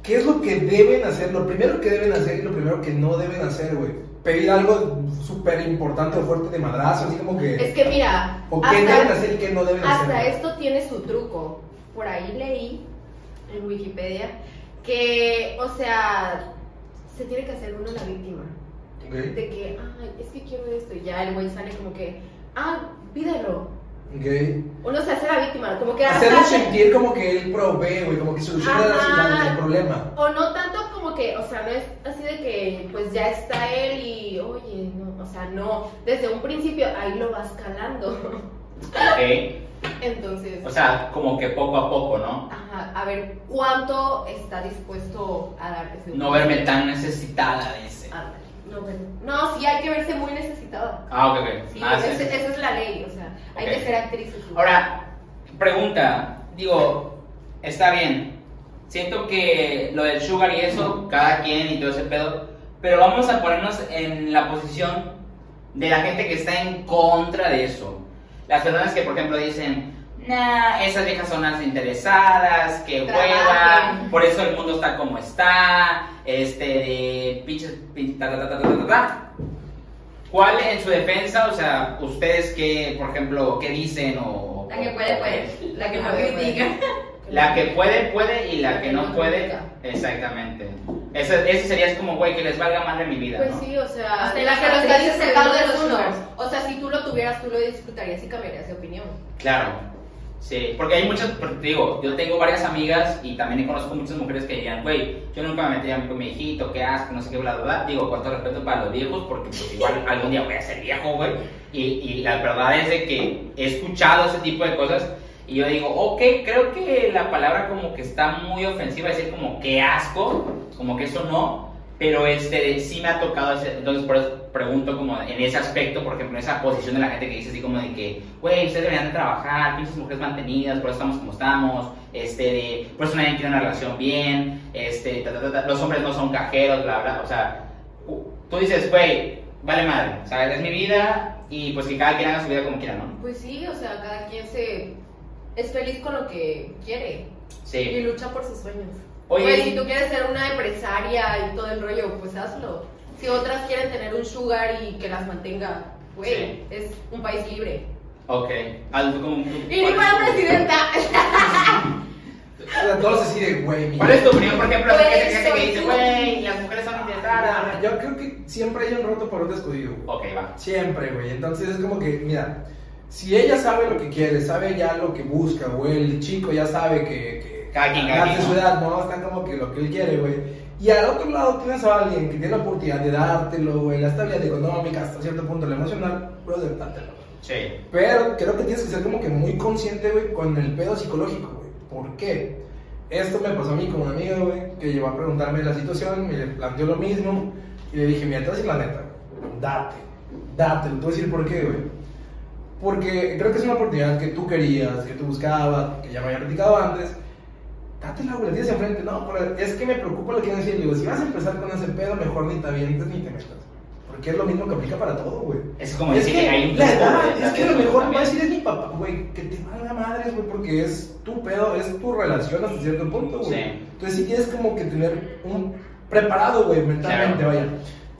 S4: ¿Qué es lo que deben hacer? Lo primero que deben hacer y lo primero que no deben hacer, güey. Pedir algo súper importante o fuerte de madrazo, así como que.
S2: Es que mira.
S4: o qué deben
S2: hasta-
S4: hacer y qué no deben hacer.
S2: Hasta
S4: güey.
S2: esto tiene su truco. Por ahí leí en Wikipedia que, o sea, se tiene que hacer uno la víctima.
S4: Ok.
S2: De que, ay, es que quiero esto. Y ya el güey sale como que, ah, pídelo.
S4: Ok.
S2: Uno se hace la víctima, como que
S4: Hacerlo
S2: hasta-
S4: sentir como que él provee, güey, como que soluciona la- la-
S2: Ajá.
S4: el problema.
S2: O no tanto como que, o sea, no es así de que pues ya está él y oye, no, o sea, no, desde un principio ahí lo vas calando.
S1: Ok.
S2: Entonces,
S1: O sea, como que poco a poco, ¿no?
S2: ajá, a ver cuánto está dispuesto a dar ese
S1: No verme tan necesitada, dice.
S2: Ándale. No, bueno. No, sí hay que verse muy necesitada.
S1: Ah, ok, ok.
S2: Sí,
S1: Ah, sí,
S2: ese-
S1: sí.
S2: esa es la ley, o sea, hay
S1: Ok.
S2: que ser actrices. ¿no?
S1: Ahora, pregunta, digo, está bien. Siento que lo del sugar y eso, cada quien y todo ese pedo, pero vamos a ponernos en la posición de la gente que está en contra de eso. Las personas que, por ejemplo, dicen, nah, esas viejas son las interesadas, que hueva,
S2: Trabajen.
S1: por eso el mundo está como está, este, de pinches, pin- ta, ta, ta, ta, ta, ta, ta. ¿Cuál en su defensa, o sea, ustedes qué, por ejemplo, qué dicen o...
S3: La que puede, puede. La que no critica.
S1: La que puede, puede y la, que, no, puede, exactamente. Ese, ese sería es como, güey, que les valga más de mi vida,
S2: Pues
S1: ¿no?
S2: sí, o sea,
S3: Hasta
S2: la
S3: las
S2: que lo está
S3: actrices
S2: disfrutando
S3: se ven
S2: es
S3: los
S2: uno.
S3: shows.
S2: O sea, si tú lo tuvieras, tú lo disfrutarías y cambiarías de opinión.
S1: Claro, sí, porque hay muchas, porque te digo, yo tengo varias amigas y también conozco muchas mujeres que dirían, güey, yo nunca me metería con mi hijito, qué asco, no sé qué, bla, bla, bla. Digo, con todo respeto para los viejos, porque pues, igual algún día voy a ser viejo, güey. Y, y la verdad es de que he escuchado ese tipo de cosas y yo digo, ok, creo que la palabra como que está muy ofensiva, decir como qué asco, como que eso no, pero este sí me ha tocado, ese- entonces por eso pregunto como en ese aspecto, por ejemplo, en esa posición de la gente que dice así como de que, güey, ustedes deberían de trabajar, pinches mujeres mantenidas, por eso estamos como estamos, este, de, por eso nadie quiere una relación bien, este, ta, ta, ta, ta, los hombres no son cajeros, bla, bla, o sea, u- tú dices, güey, vale madre, o sea, es mi vida y pues que cada quien haga su vida como quiera, ¿no?
S2: Pues sí, o sea, cada quien se es feliz con lo que quiere y
S1: Sí.
S2: lucha por sus sueños.
S1: Oye,
S2: Pues si tú quieres ser una empresaria y todo el rollo, pues hazlo. Si otras quieren tener un sugar y que las mantenga, güey,
S1: Sí.
S2: es un país libre.
S1: Ok, algo como un...
S2: Y ni para presidenta.
S4: O sea, todos así de, güey, mi-
S1: ¿Cuál es tu opinión, por ejemplo, de
S2: Pues,
S1: esa gente que dice,
S2: soy
S1: güey,
S2: tú.
S1: las mujeres son
S4: Ah,
S1: intentadas?
S4: Yo creo que siempre hay un roto para un descuido, güey.
S1: Ok, va.
S4: Siempre, güey. Entonces es como que, mira, si ella sabe lo que quiere, sabe ya lo que busca, güey, el chico ya sabe que. que
S1: Cada quien, cada
S4: además
S1: quien,
S4: de su
S1: ¿no?
S4: edad, ¿no? Está como que lo que él quiere, güey. Y al otro lado tienes a alguien que tiene la oportunidad de dártelo, güey, la estabilidad económica, hasta cierto punto, la emocional, brother, dátelo.
S1: Sí.
S4: Pero creo que tienes que ser como que muy consciente, güey, con el pedo psicológico, güey. ¿Por qué? Esto me pasó a mí con un amigo, güey, que llegó a preguntarme la situación, me planteó lo mismo y le dije, mira, te voy a decir la neta, güey, date, date, te voy a decir por qué, güey. Porque creo que es una oportunidad que tú querías, que tú buscabas, que ya me había platicado antes. Date la tienes enfrente, no, pero es que me preocupa lo que van a decir. Le digo, si vas a empezar con ese pedo, mejor ni te avientes ni te metas. Porque es lo mismo que aplica para todo, güey
S1: Es como
S4: es
S1: decir que hay
S4: que
S1: un
S4: la
S1: grupo
S4: edad,
S1: de
S4: es que a lo mejor va a
S1: también.
S4: decir es mi papá, güey, que te valga madres, güey, porque es tu pedo, es tu relación hasta cierto punto, güey.
S1: Sí.
S4: Entonces sí tienes como que tener un preparado, güey, mentalmente,
S1: Claro.
S4: vaya.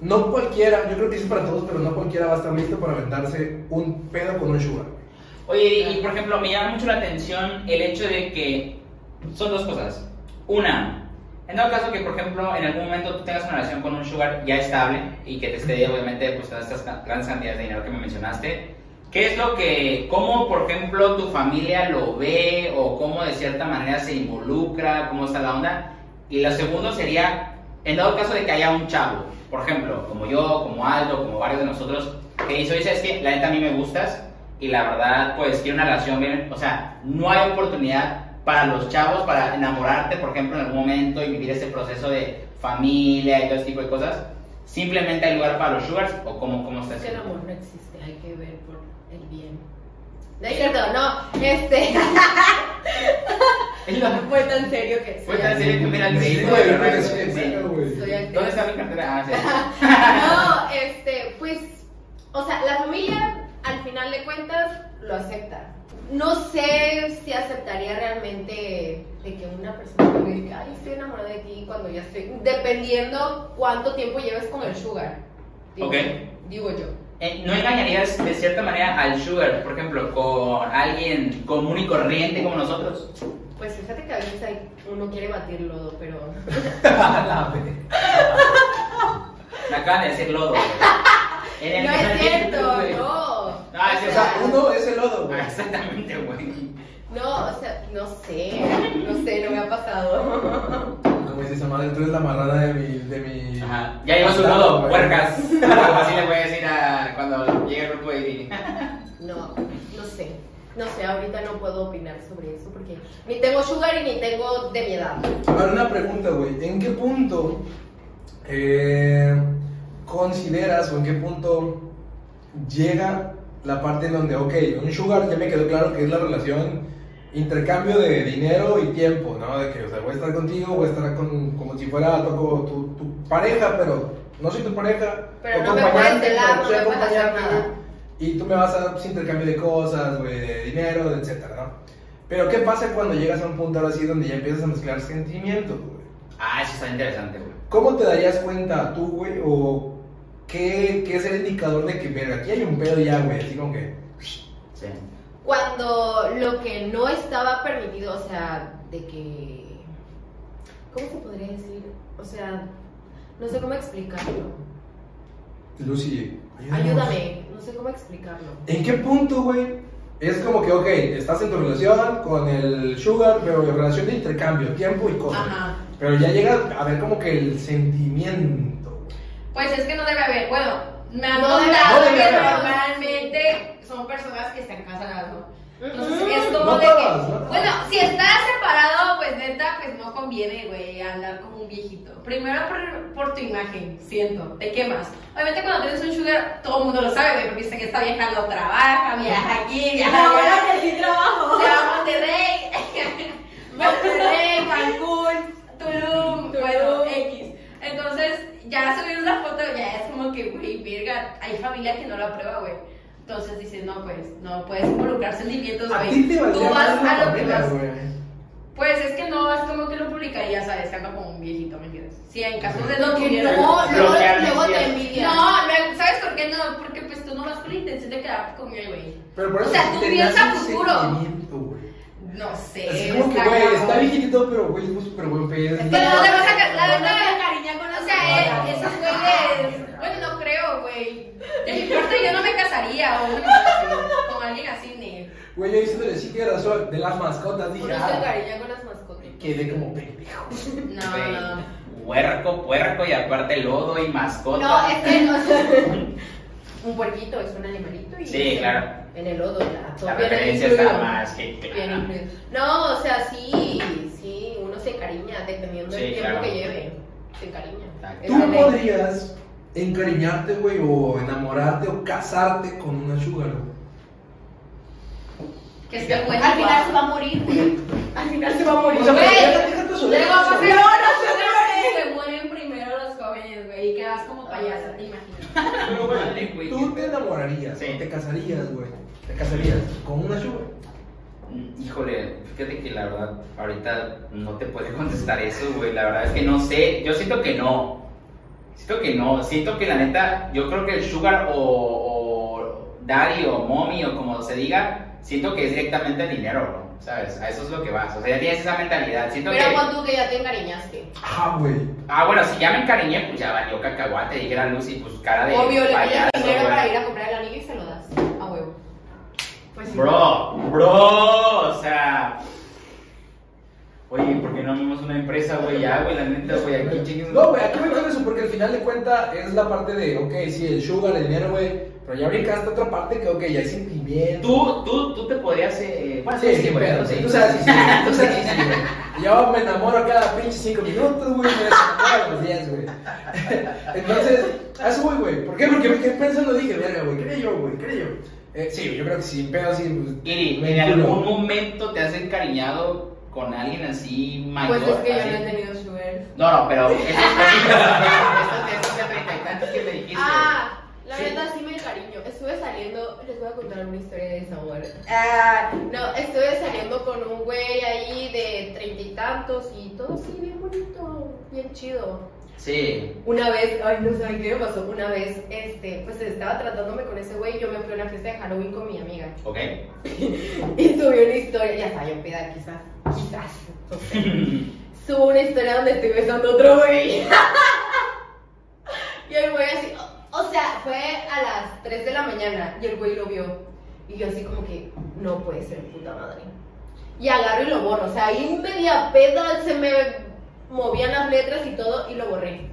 S4: No cualquiera, yo creo que eso es para todos, pero no cualquiera va a estar listo para aventarse un pedo con un sugar. güey.
S1: Oye, y por ejemplo, me llama mucho la atención el hecho de que son dos cosas. Una, en dado caso que, por ejemplo, en algún momento tú tengas una relación con un sugar ya estable y que te esté, obviamente, pues todas estas ca- grandes cantidades de dinero que me mencionaste, ¿qué es lo que, cómo, por ejemplo, tu familia lo ve o cómo de cierta manera se involucra, cómo está la onda? Y lo segundo sería, en dado caso de que haya un chavo, por ejemplo, como yo, como Aldo, como varios de nosotros, que dice, oye, ¿sabes qué? La neta a mí me gustas y la verdad, pues quiero una relación bien, o sea, no hay oportunidad para los chavos para enamorarte, por ejemplo, en algún momento y vivir ese proceso de familia y todo ese tipo de cosas. Simplemente hay lugar para los sugars o cómo, cómo está
S3: Es que el
S1: eso?
S3: amor no existe, hay que ver por el bien.
S2: No es cierto, no. Este,
S1: Es lo-
S2: fue tan serio que
S1: Fue tan serio que mira,
S4: Sí,
S1: sí,
S4: güey,
S1: güey,
S4: yo creo que
S1: sí,
S4: sí,
S1: sí.
S4: bueno, güey.
S3: Soy actriz.
S1: ¿Dónde está mi cartera? Ah, sí.
S2: No, este, pues, o sea, la familia al final de cuentas lo acepta. No sé si aceptaría realmente de que una persona me diga, ay, estoy enamorada de ti cuando ya estoy, dependiendo cuánto tiempo lleves con el sugar. Digo,
S1: Ok.
S2: Digo yo.
S1: Eh, ¿No engañarías de cierta manera al sugar, por ejemplo, con alguien común y corriente como nosotros?
S2: Pues fíjate que a veces hay- uno quiere batir lodo, pero...
S4: A la vez.
S1: Acaban de decir lodo. güey. En el
S2: No
S1: primer
S2: es cierto,
S1: capítulo, güey.
S2: no.
S1: Ah, es
S2: O
S1: que,
S4: O
S1: o
S4: sea,
S2: sea,
S4: uno es el lodo, güey.
S1: Ah, Exactamente, güey.
S2: No, o sea, no sé, no sé, no me ha pasado.
S4: Como dice Samara, tú eres la marrana de mi. De mi...
S1: Ajá. Ya llevas un lodo,
S4: güey.
S1: puercas. Algo así le voy a decir a cuando llegue el grupo de
S2: No, no sé. No sé, ahorita no puedo opinar sobre eso porque ni tengo sugar y ni tengo de mi edad.
S4: Ahora una pregunta, güey. ¿En qué punto eh, consideras o en qué punto llega la parte en donde, ok, un sugar ya me quedó claro que es la relación intercambio de dinero y tiempo, ¿no? De que, o sea, voy a estar contigo, voy a estar con, como si fuera tu, tu, tu pareja, pero no soy tu pareja.
S2: Pero
S4: o
S2: no
S4: tu
S2: me
S4: acompañante,
S2: puedes celar,
S4: pero
S2: no
S4: soy
S2: me puedes hacer
S4: acompañante,
S2: nada.
S4: Y tú me vas a dar pues, intercambio de cosas, güey, de dinero, de etcétera, ¿no? Pero ¿qué pasa cuando llegas a un punto ahora sí donde ya empiezas a mezclar sentimientos, güey?
S1: Ah, eso está interesante, güey.
S4: ¿Cómo te darías cuenta tú, güey? ¿O qué, qué es el indicador de que, verga, aquí hay un pedo ya, güey? Así como que...
S1: Sí.
S2: Cuando lo que no estaba permitido, o sea, de que... ¿Cómo se podría decir? O sea, no sé cómo explicarlo.
S4: Lucy, ayúdanos".
S2: Ayúdame, no sé cómo explicarlo.
S4: ¿En qué punto, güey? Es como que, ok, estás en tu relación con el sugar, pero la relación de intercambio, tiempo y cosas.
S3: Ajá.
S4: Pero ya llega a ver como que el sentimiento.
S3: Pues es que no debe haber, bueno, me han
S2: No
S3: contado
S4: debe
S3: que
S4: haber.
S3: normalmente son personas que están casadas, ¿no? Entonces es como
S4: No
S3: de
S4: todas,
S3: que,
S4: no todas.
S3: bueno, si estás separado, pues neta, pues no conviene, güey, andar como un viejito. Primero por, por tu imagen, siento, te quemas. Obviamente cuando tienes un sugar, todo el mundo lo sabe, güey, porque dicen que esta vieja no trabaja, viaja aquí, viaja allá,
S2: que sí trabajo.
S3: se va a Monterrey,
S2: Monterrey, Cancún. Tulum.
S3: Tulum, bueno, X. Entonces, ya subir una foto, ya es como que, güey, verga, hay familia que no lo aprueba, güey. Entonces dices, no, pues, no puedes involucrar sentimientos,
S4: A ti
S3: güey.
S4: te
S3: Tú
S4: valdría
S3: vas
S4: más la
S3: a lo que
S4: familia,
S3: vas.
S4: güey.
S3: Pues es que no, es como que lo publicaría, ¿sabes? Que anda como un viejito, ¿me entiendes? Sí, en caso de no
S2: Que
S3: tuviera.
S2: no, luego,
S1: Bloquear
S2: luego te
S1: mis
S2: envidia.
S3: No, no, ¿sabes por qué no? Porque pues tú no vas con la intención de quedar con él, güey.
S4: Pero por
S3: O
S4: eso
S3: sea, tú
S4: tenías
S3: piensas
S4: un
S3: futuro.
S4: sentimiento, güey.
S3: No sé.
S4: Así como que, güey, está viejito, pero güey, es un súper buen pedo.
S3: Pero no te vas a ca- la
S2: No te
S3: verdad-
S2: vas a cariñar con
S3: O
S2: los
S3: sea,
S2: amigos.
S3: eh, esos güeyes. Bueno, no creo, güey. De mi parte, yo no me casaría o una cosa así, con alguien así, ni.
S4: Güey, yo diciéndole, sí tiene razón, de las mascotas, dije,
S2: Uno se
S4: ah,
S2: encariña con las mascotas.
S4: quedé como pendejo.
S3: No,
S1: Güey,
S3: no, no.
S1: Puerco, puerco y aparte lodo y mascota.
S2: No, es que no sé. Un puerquito es un animalito y.
S1: Sí,
S2: se-
S1: claro.
S2: En el lodo, ya. todo
S1: La
S2: bien
S1: referencia
S2: incluido.
S1: está más que
S2: Bien
S1: clara.
S2: incluido. No, o sea, sí, sí, uno se encariña dependiendo
S1: Sí,
S2: del tiempo
S1: claro.
S2: que lleve. Se encariña.
S1: Exacto.
S2: Es
S4: Tú
S2: la ley.
S4: podrías encariñarte, güey, o enamorarte o casarte con una sugar, güey.
S3: Que esté
S1: Al
S3: bueno.
S2: Al final
S3: guapo.
S2: se va a morir, güey. Al final se va a morir.
S4: O sea,
S2: güey.
S4: pero ya te dejas tu
S3: Luego
S4: soledad,
S3: pasa-
S4: güey.
S2: No, no
S3: se mueren primero los jóvenes, güey, y quedas como payaso, te imaginas.
S4: Pero, güey,
S1: Vale, güey.
S4: Tú te enamorarías,
S1: Sí.
S4: o te casarías, güey. Te casarías con una sugar.
S1: Híjole, fíjate que la verdad, ahorita no te puedo contestar eso, güey. La verdad es que no sé. Yo siento que no. Siento que no. Siento que la neta, yo creo que el sugar o, o daddy o mommy o como se diga, siento que es directamente el dinero, bro, ¿Sabes? A eso es lo que vas. O sea, ya tienes esa mentalidad. Siento
S2: Pero
S1: que.
S2: cuando tú que ya te encariñaste.
S4: Ajá, güey.
S1: Ah, bueno, si ya me encariñé, pues ya valió cacahuate. Dijera Lucy, pues cara de.
S2: Obvio, le
S1: payaso,
S2: pides dinero
S1: güey.
S2: para ir a comprar el anillo y se lo das. A huevo.
S3: Pues sí.
S1: Bro, bro, o sea. Oye, ¿por qué no armamos una empresa, güey? Ya, güey, la neta, güey, aquí chingues.
S4: No, güey, aquí me con eso porque al final de cuentas es la parte de, ok, sí, el sugar, el dinero, güey. Pero ya brincaste otra parte que, ok, ya hay sentimiento.
S1: Tú, tú, tú te podrías. Eh, bueno,
S4: Sí, sí,
S1: güey,
S4: güey.
S1: sí.
S4: Tú sabes, sí, sí, güey. Tú sabes, sí, sí, güey. Yo me enamoro cada pinche cinco minutos, güey. Me desenamoro a los días, güey. Entonces, a eso voy, güey. ¿Por qué? Porque me quedé pensando, dije, verga, güey, creo yo, güey, creo yo. Eh, sí, yo creo que sin pedo así. pues,
S1: Kiri,
S4: me
S1: ¿en
S4: enculo.
S1: algún momento te has encariñado con alguien así mayor?
S2: Pues es que yo
S1: así?
S2: no he tenido sugar.
S1: No, no, pero. Esos esos de treinta y tantos que me dijiste.
S2: Ah, la
S1: Sí.
S2: verdad sí me cariño. Estuve saliendo, les voy a contar una historia de desamor. Ah, no, estuve saliendo con un güey ahí de treinta y tantos y todo sí, bien bonito, bien chido.
S1: Sí.
S2: Una vez, ay, no saben qué me pasó. Una vez, este, pues estaba tratándome con ese güey. Yo me fui a una fiesta de Halloween con mi amiga
S1: ¿Ok?
S2: y subió una historia. Ya sabía, peda, quizás, quizás. no sé. Subo una historia donde estoy besando a otro güey. y el güey 3 de la mañana y el güey lo vio. Y yo así como que, no puede ser, puta madre. Y agarro y lo borro. O sea, ahí media peda se me movían las letras y todo y lo borré.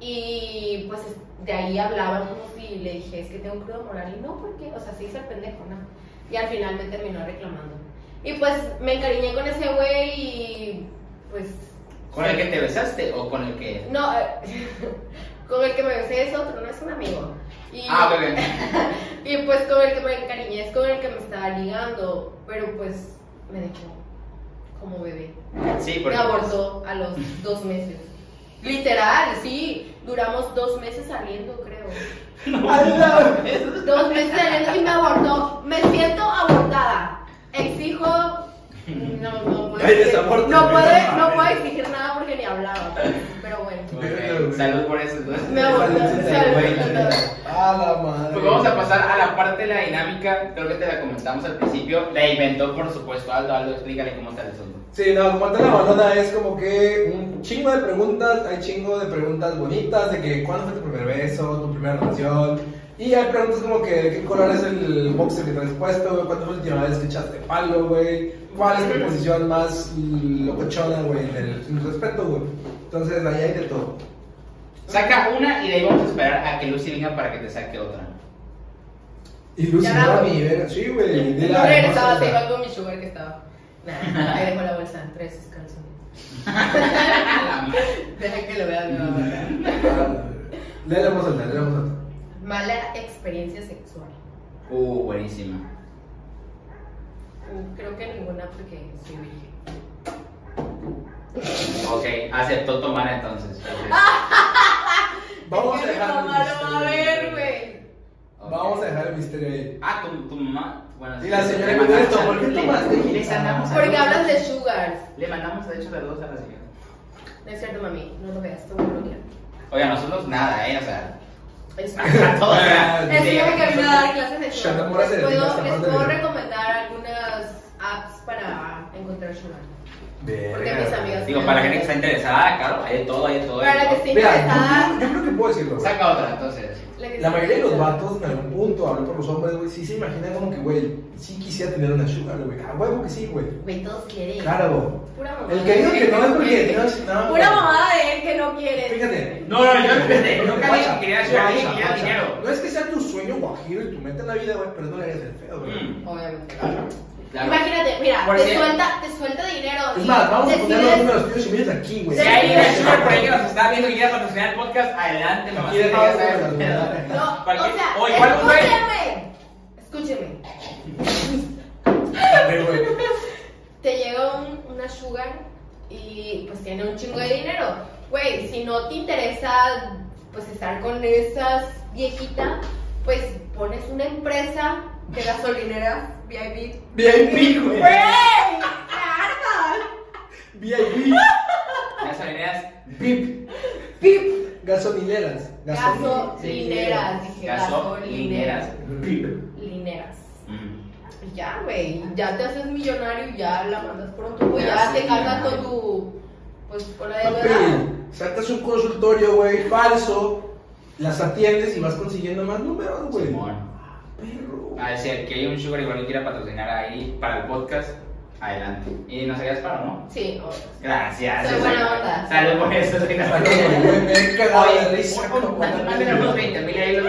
S2: Y pues de ahí hablábamos y le dije, es que tengo crudo moral. Y no, porque, o sea, sí hice el pendejo, ¿no? Y al final me terminó reclamando. Y pues me encariñé con ese güey y pues
S1: ¿Con el que te besaste o con el que.?
S2: no, con el que me besé es otro, no es un amigo. Y,
S1: Ah, bebé.
S2: y pues con el que me encariñé es con el que me estaba ligando, pero pues me dejó como bebé.
S1: Sí,
S2: Me
S1: porque.
S2: abortó a los dos meses. Literal, sí, duramos dos meses saliendo, creo. Dos meses saliendo y me abortó. Me siento abortada. Exijo. No, no puedo.
S4: Ay,
S2: exigir-
S4: desaborto,
S2: no, puedo,
S4: no
S2: no puedo
S4: mames.
S2: exigir nada porque ni hablaba. Pero bueno.
S1: Ok, Salud por eso. entonces.
S2: Me abortó.
S4: Saludcita,
S2: saludcita.
S1: güey.
S4: A la madre.
S1: Pues vamos a pasar a la parte de la dinámica. Creo que te la comentamos al principio. La inventó, por supuesto, Aldo. Aldo, explícale cómo está el asunto.
S4: Sí, no, aguanta la balona es como que un chingo de preguntas, hay chingo de preguntas bonitas, de que cuándo fue tu primer beso, tu primera relación, y hay preguntas como que de qué color es el boxer que traes puesto, güey, cuándo fue la última vez que echaste palo, güey, cuál es tu posición más mm, locochona, güey, en el en el respeto, güey. Entonces, ahí hay de todo.
S1: Saca una y de ahí vamos a esperar a que Lucy venga para que te saque otra.
S4: Y Lucy,
S2: Ya la-
S4: no, mi verga, sí, güey,
S2: Yo
S4: de la...
S2: regresaba, te iba con mi sugar que estaba. Nah, ahí dejó la bolsa, trae sus calzones. Deja que lo vea mi mamá.
S4: Le damos otra, le damos otra.
S2: Mala experiencia sexual.
S1: Uh, buenísima.
S2: Mm, Creo que ninguna porque soy virgen.
S1: Ok, aceptó tomar entonces.
S2: Ah.
S4: Vamos a
S2: Es que mi
S4: dejar el
S2: mamá lo va a
S4: misterio.
S2: ver, güey.
S1: Ok.
S4: Vamos a dejar el misterio ahí.
S1: Ah, tu, tu mamá. Bueno,
S4: Y la
S1: sí,
S4: señora
S1: le mandamos
S4: Ernesto,
S1: saludos.
S4: ¿por qué
S1: Le-
S4: tomaste?
S1: Le mandamos
S2: Porque
S1: saludos.
S2: hablas de sugars.
S1: Le mandamos, de hecho, saludos a la señora.
S2: No es cierto, mami. No lo veas, tú me lo bloqueas.
S1: Oiga, nosotros nada, ¿eh? O sea,
S2: Es
S1: todo, o sea,
S4: Es
S2: Es que
S1: sí.
S2: yo me camino a dar clases de
S4: Shanta
S2: sugar.
S4: Mora se
S2: Les puedo,
S4: dedica a
S2: les
S4: esta
S2: puedo
S4: parte de-
S2: recomendar algunas apps para encontrar sugar. Porque
S4: Verga.
S2: mis amigas.
S1: Digo, para la gente que está interesada, claro, hay de todo, hay de todo.
S2: Para la que esté
S4: Mira,
S2: interesada.
S4: yo, yo creo que puedo decirlo. güey.
S1: Saca otra, entonces.
S2: La, que
S4: La
S2: esté
S4: mayoría de los
S2: interesada.
S4: vatos, en algún punto, hablo por los hombres, güey, sí se imaginan como que, güey, sí quisiera tener una sugar, güey. A huevo que sí, güey.
S2: Güey, todos quieren.
S4: Claro.
S2: Pura mamada.
S4: El que digo que no es porque no es nada.
S2: Pura mamada de él que no
S1: Eh,
S2: quiere.
S4: Fíjate.
S1: No, no, yo fíjate,
S4: Guacha,
S1: nunca dije que quería sugar, dije que quería
S4: guacha,
S1: dinero.
S4: guacha. No es que sea tu sueño guajiro y tu meta en la vida, güey, pero no le hagas el feo, güey.
S1: Mm,
S2: Obviamente.
S1: claro.
S2: Imagínate, mira,
S1: Por
S2: te
S1: cierto.
S2: suelta, te suelta dinero.
S4: Es
S2: y
S4: más, vamos a poner los
S2: decides-
S4: números tuyos y míos aquí, güey.
S1: Si hay una sugar por ahí que nos está viendo y quiere patrocinar el podcast, adelante, mamá.
S4: Aquí de
S1: ya
S4: todo,
S1: sabes.
S4: güey, la verdad.
S2: No,
S1: Cualquier-
S2: o sea,
S1: o igual un güey.
S2: escúcheme. Escúcheme.
S4: A ver, güey.
S2: Te llega un- una sugar y pues tiene un chingo de dinero. Güey, si no te interesa pues estar con esas viejitas, pues pones una empresa de gasolineras VIP.
S4: VIP, güey.
S2: ¡Güey! ¡Me arma!
S4: VIP.
S1: Las avenidas VIP.
S2: ¡Pip!
S4: Gasolineras.
S2: Gasolineras, dije.
S1: Gasolineras.
S4: VIP.
S2: Lineras.
S1: Mm.
S2: Y Ya, güey, ya te haces millonario, ya la mandas por otro, güey,
S1: Ya
S2: ya
S1: sí,
S2: te cargas
S1: millonario.
S2: con tu, pues, con
S1: Ah,
S2: la deuda.
S4: Papi, sacas un consultorio, güey, falso, las atiendes y vas consiguiendo más números, güey.
S1: Simón.
S4: Perro.
S1: A ver, si aquí hay un sugar igual que quiera patrocinar ahí para el podcast, adelante. Y nos hagas para, ¿no?
S2: Sí, o-
S1: Gracias.
S2: Soy buena onda.
S1: Salud por eso. soy una-
S4: Saca, güey, me he cagado de
S1: Oye,
S4: risa,
S1: un- un-
S4: cabrón.
S1: manden unos 20 mil ahí a los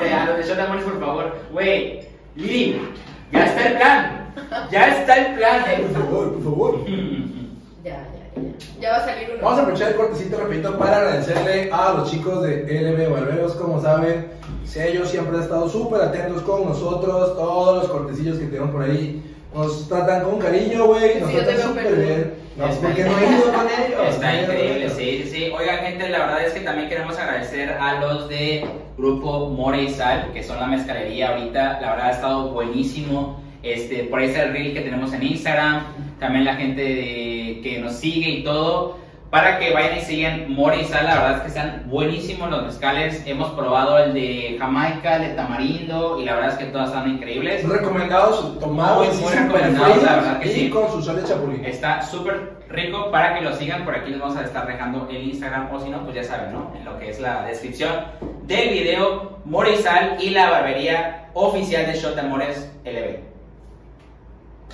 S1: de, a los de Shot Amores, por favor. Güey, Lili, ya está el plan. Ya está el plan,
S4: Por
S1: eh.
S4: favor, por favor.
S2: ya, ya, ya, ya. Ya va a salir uno.
S4: Vamos a aprovechar el cortecito rapidito para agradecerle a los chicos de LB Barberos, como saben, si ellos siempre han estado súper atentos con nosotros, todos los cortecillos que tenemos por ahí, nos tratan con cariño, güey, nos
S2: Sí, yo te
S4: tratan
S2: veo
S4: súper
S2: peludo.
S4: bien. No,
S1: Está
S4: porque no he
S1: increíble.
S4: ido con ellos.
S1: Está
S4: no he ido con
S1: increíble,
S4: ellos.
S1: sí, sí. Oigan, gente, la verdad es que también queremos agradecer a los de Grupo More y Sal, que son la mezcalería ahorita. La verdad ha estado buenísimo. Este, por ahí está el reel que tenemos en Instagram. También la gente de- que nos sigue y todo. para que vayan y sigan Mora y Sal. La verdad es que están buenísimos los mezcales. Hemos probado el de Jamaica, el de Tamarindo y la verdad es que todas están increíbles.
S4: Recomendados,
S1: Muy,
S4: tomados,
S1: muy
S4: súper
S1: recomendados,
S4: fríos
S1: la verdad que
S4: y
S1: sí.
S4: con su sal de chapulín.
S1: Está súper rico para que lo sigan. Por aquí les vamos a estar dejando el Instagram o si no, pues ya saben, ¿no? En lo que es la descripción del video, Morizal y la barbería oficial de Shot de Amores LB.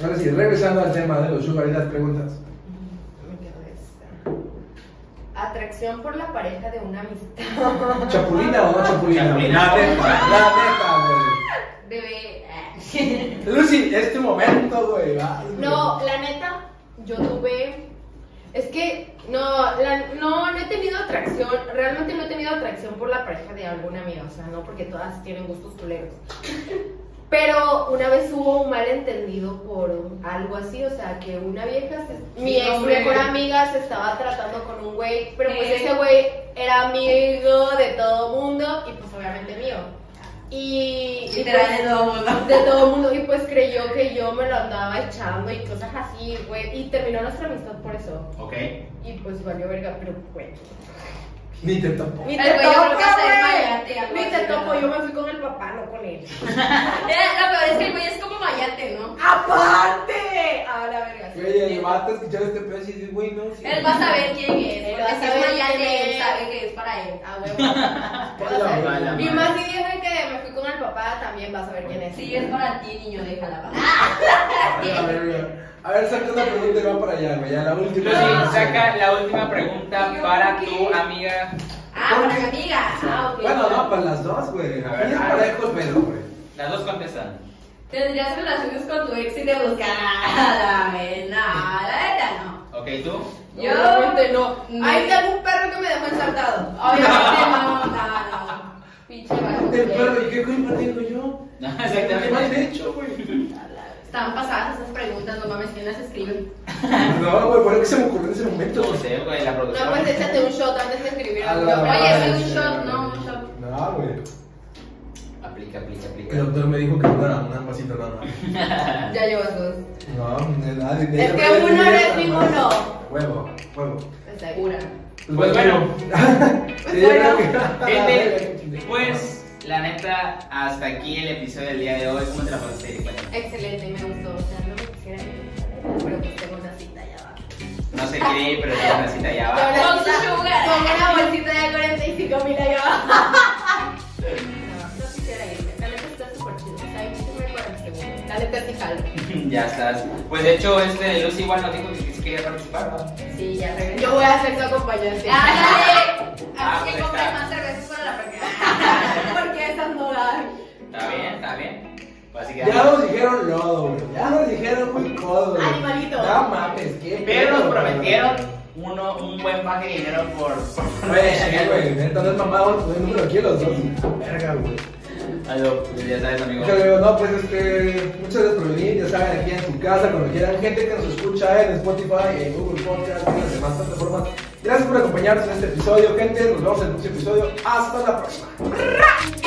S4: Ahora sí, regresando al tema de los sugar y las preguntas.
S2: Me quedo esta. Atracción por la pareja de una amistad.
S4: ¿Chapulina o no chapulina?
S1: Chapulina.
S4: La neta, la neta,
S3: Debe.
S4: güey. Lucy, es tu momento, güey. vas, güey.
S2: No, la neta, yo tuve. Es que no, la- no, no he tenido atracción. Realmente no he tenido atracción por la pareja de alguna amiga. O sea, no porque todas tienen gustos culeros. Pero una vez hubo un malentendido por un- algo así, o sea, que una vieja, se- mi
S3: Sí,
S2: ex
S3: hombre.
S2: mejor amiga se estaba tratando con un güey, pero pues
S3: Eh.
S2: ese güey era amigo de todo mundo y pues obviamente mío. Y, y pues-
S3: Literal de todo mundo.
S2: de todo el mundo y pues creyó que yo me lo andaba echando y cosas así, güey. Y terminó nuestra amistad por eso.
S1: ¿Ok?
S2: Y pues valió verga, pero güey.
S4: Ni te topo.
S2: Ni
S3: El
S2: te
S3: güey, yo creo que
S2: topo,
S3: hasta él
S2: güey.
S3: mayate, algo
S2: Ni te
S3: así,
S2: topo,
S3: ¿verdad?
S2: yo me fui con el papá, no con él.
S3: Era- Lo peor es que el güey es como mayate, ¿no?
S2: ¡Aparte! A la verga. sí.
S4: Güey, el vato escuchar este pedo y dices, güey, no. sí.
S3: Él va a saber quién es.
S2: Él
S3: Porque
S2: va a
S3: si
S2: saber
S3: es mayate,
S2: quién
S3: él
S2: es. Ah,
S3: sabe que es para él.
S2: A huevo.
S4: Vaya,
S2: Vas a ver.
S1: vaya,
S2: Y
S1: vaya.
S2: más si dije que me fui con el papá, también vas a ver quién es.
S3: Si es para ti, niño, déjala. va.
S2: Ah.
S4: A ver, a ver, a ver, saca una pregunta y va para allá, güey. Ya la última.
S2: Ah.
S1: Lucy, saca la última pregunta
S3: Yo
S1: para
S3: creo
S1: tu
S3: que-
S1: amiga.
S3: Ah, para mi amiga. Ah, ok.
S4: Bueno, no,
S2: pues.
S4: para las dos, güey.
S1: A ver,
S4: Aquí es
S1: a ver.
S4: parejo, pero, güey.
S1: Las dos contestan.
S3: ¿Tendrías relaciones con tu ex y te buscara? No, la neta no.
S1: ¿Ok? ¿Tú?
S3: Yo-
S2: Obviamente no. Ah,
S3: No.
S2: Ahí tengo un perro que me dejó ensartado.
S3: Obviamente no, no, no. Pinche vato.
S4: El perro, ¿y qué culpa tengo yo?
S1: No,
S4: ¿Qué mal
S1: exactamente.
S4: he hecho, güey?
S3: Están pasadas esas preguntas, no mames, ¿quién las escribe?
S4: No, güey, por eso que se me ocurrió en ese momento.
S1: No sé, güey, la
S2: No,
S1: producción.
S2: pues échate un shot antes de escribir
S4: A
S2: algo.
S4: la
S3: Oye, soy
S4: madre,
S3: un shot, no, un shot.
S4: No, güey.
S1: Aplica, aplica, aplica.
S4: El doctor me dijo que no era una pasita nada más.
S2: Ya llevas dos.
S4: No, de nada. de-
S2: Es que
S4: de-
S2: uno
S4: de-
S2: eres ninguno.
S4: Huevo, huevo.
S2: Está bien.
S3: Pura.
S1: Pues bueno.
S3: Pues
S4: Sí,
S2: bueno.
S4: creo que-
S1: Gente, pues la neta, hasta aquí el episodio del día de hoy. ¿Cómo te la pasaste? Cuéntame.
S2: Excelente, me gustó. O sea, no me quisiera ir, pero pues tengo una cita allá abajo.
S1: No sé qué, pero tengo una cita allá abajo.
S3: Con su sugar.
S2: Con una bolsita de 45 mil allá abajo. No, no quisiera irme. La neta está súper chido. O sea, me segundo. La neta sí jalo.
S1: Ya estás. Pues de hecho, este Lucy igual nos dijo que sí quería participar. ¿no?
S3: Sí, ya regresé.
S2: Yo voy a ser tu acompañante.
S3: Ah, ¡Ándale!
S1: Ah,
S3: Así que
S1: pues
S3: compren
S1: está.
S3: más cervezas para la próxima.
S2: Porque esas no dan.
S1: Está bien, está bien. Pues así que.
S4: Ya nos dijeron lodo, güey. Ya nos dijeron muy codo, güey.
S2: Animalito.
S4: No mames, qué.
S1: Pero
S4: pedo,
S1: nos
S4: güey.
S1: prometieron uno, un buen paje de dinero por. por-
S4: Güey, sí, güey. Neta, no es mamá, vamos a poner número aquí los dos. Verga, güey.
S1: Algo, pues, ya sabes, amigo.
S4: Yo le digo, no, pues este, muchas gracias por venir, ya saben, aquí en su casa, cuando quieran, gente que nos escucha en Spotify, en Google Podcast, en las demás plataformas. Gracias por acompañarnos en este episodio, gente, nos vemos en el próximo episodio, hasta la próxima.